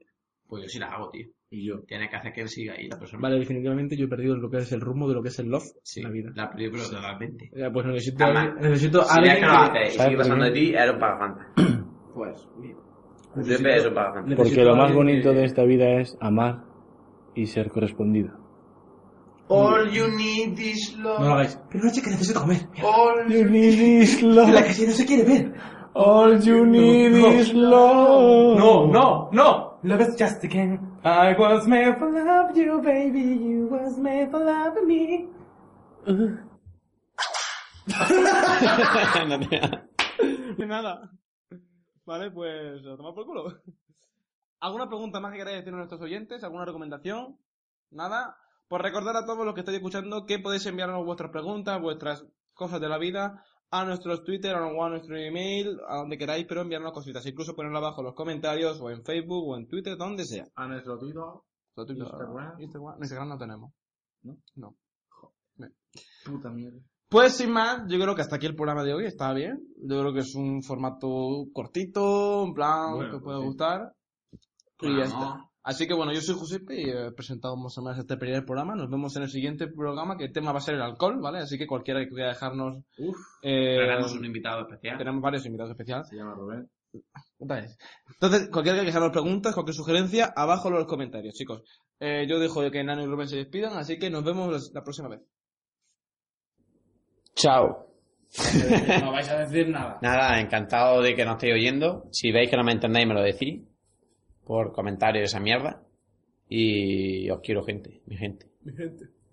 G: Pues yo sí la hago, tío.
O: Y yo.
G: Tiene que hacer que siga ahí la persona.
O: Vale, definitivamente yo he perdido lo que es el rumbo de lo que es el love
G: Sí,
O: en la vida.
G: La película totalmente.
O: Eh, Pues necesito,
K: Además,
O: necesito
K: Si ves que no lo
O: alguien que-
K: haces y sigue pasando de ti, eres un pagafanta.
O: eh, Pues, bien.
K: Siempre eres un pagafanta.
F: Porque
O: Necesito
F: lo más
O: alguien
F: bonito
O: que-
F: de esta vida es amar y ser correspondido.
K: All you need is
O: No lo
K: love.
O: hagáis. Pero una chica necesita comer.
K: All you
F: You need is love.
O: La que sí no se quiere ver.
F: All you need
O: No, no.
F: is love.
O: No, no, no. Love is just a game. I was made for love you, baby. You was made for love me.
E: No te-
G: De nada. Vale, pues a tomar por culo. ¿Alguna pregunta más que queráis decir a nuestros oyentes? ¿Alguna recomendación? ¿Nada? Pues recordar a todos los que estáis escuchando que podéis enviarnos vuestras preguntas, vuestras cosas de la vida a nuestros Twitter o a nuestro email, a donde queráis, pero enviarnos cositas. Incluso ponerla abajo en los comentarios o en Facebook o en Twitter, donde sea.
A: A nuestro tito.
G: Lo tuyo,
A: Instagram.
G: Instagram, Instagram no tenemos. ¿No? No.
A: Puta mierda.
G: Pues sin más, yo creo que hasta aquí el programa de hoy está bien. Yo creo que es un formato cortito, en plan
A: Bueno,
G: que puede
A: sí.
G: gustar. Y
K: Con
G: ya
K: amor.
G: está. Así que bueno, yo soy Josepe y he presentado más o menos este primer programa. Nos vemos en el siguiente programa, que el tema va a ser el alcohol, ¿vale? Así que cualquiera que quiera dejarnos. eh,
K: Traernos un invitado especial.
G: tenemos varios invitados especiales.
A: Se llama Rubén.
G: Otra vez. Entonces, cualquiera que dejarnos preguntas, cualquier sugerencia, abajo en los comentarios, chicos. Eh, yo dejo de que Nano y Rubén se despidan, así que nos vemos la próxima vez.
E: Chao.
O: No vais a decir nada.
E: Nada, encantado de que nos estéis oyendo. Si veis que no me entendéis, me lo decís. Por comentarios de esa mierda. Y os quiero, gente. Mi gente.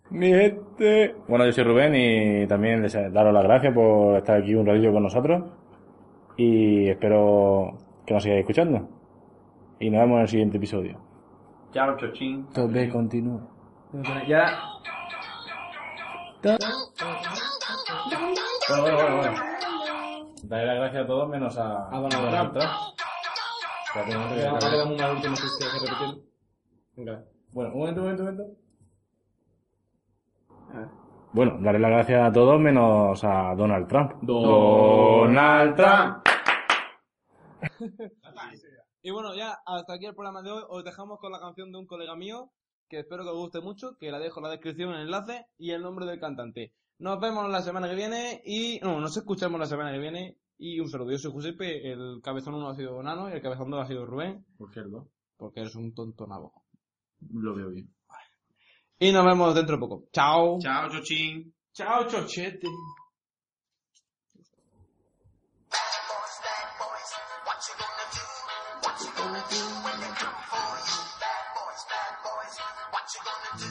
F: Mi gente. Bueno, yo soy Rubén y también les daros las gracias por estar aquí un ratillo con nosotros. Y espero que nos sigáis escuchando. Y nos vemos en el siguiente episodio.
K: Chao, chochín.
F: Tobe continúa.
O: Ya.
F: Bueno, bueno, bueno, bueno. Daré las gracias a todos menos a...
O: A Donald Trump.
F: Ya tengo otro que
O: Ahora
F: sacar.
O: le damos una última noticia que repetir. Venga.
F: Bueno, un momento, un momento, un momento. Bueno, daré las gracias a todos menos a Donald Trump. Donald Trump.
G: Y bueno, ya hasta aquí el programa de hoy. Os dejamos con la canción de un colega mío, que espero que os guste mucho, que la dejo en la descripción, en el enlace y el nombre del cantante. Nos vemos la semana que viene y... No, nos escuchamos la semana que viene. Y un saludo, yo soy Giuseppe, el cabezón 1 ha sido Nano y el cabezón 2 ha sido Rubén,
A: Por cierto,
G: porque eres un tonto nabo.
A: lo veo bien.
G: Y nos vemos dentro de poco. Chao.
K: Chao, chochín.
G: Chao, chochete.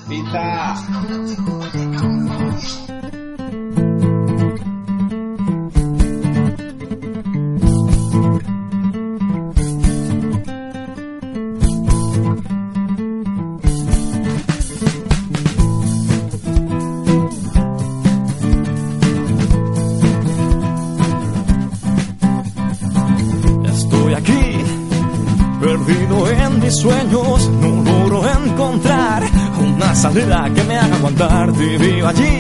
E: Pizza.
C: Estoy aquí, perdido en mis sueños, no logro encontrar una salida que me haga aguantar. Te veo allí,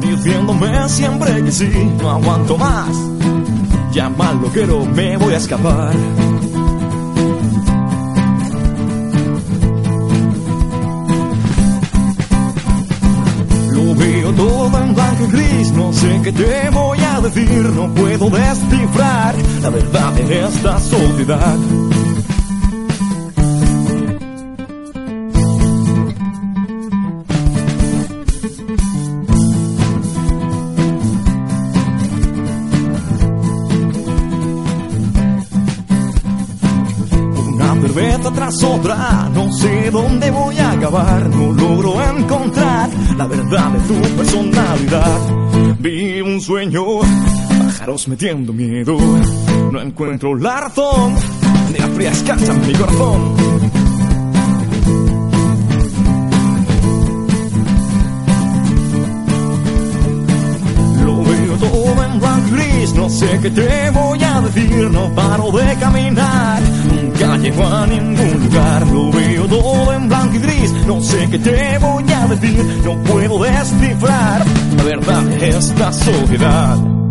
C: diciéndome siempre que sí, no aguanto más. Ya mal lo quiero, me voy a escapar. Lo veo todo en blanco y gris, no sé qué te voy a decir, no puedo descifrar la verdad en esta soledad. Una cerveza tras otra, no sé dónde voy a acabar, no logro encontrar la verdad de tu personalidad. Vi un sueño, pájaros metiendo miedo, no encuentro la razón de afrescarse mi corazón. Lo veo todo en blanco y gris, no sé qué te voy a decir, no paro de caminar, nunca llego a ningún lugar. Lo veo todo en blanco y gris, no sé qué te voy a decir, no puedo descifrar la verdad de esta soledad.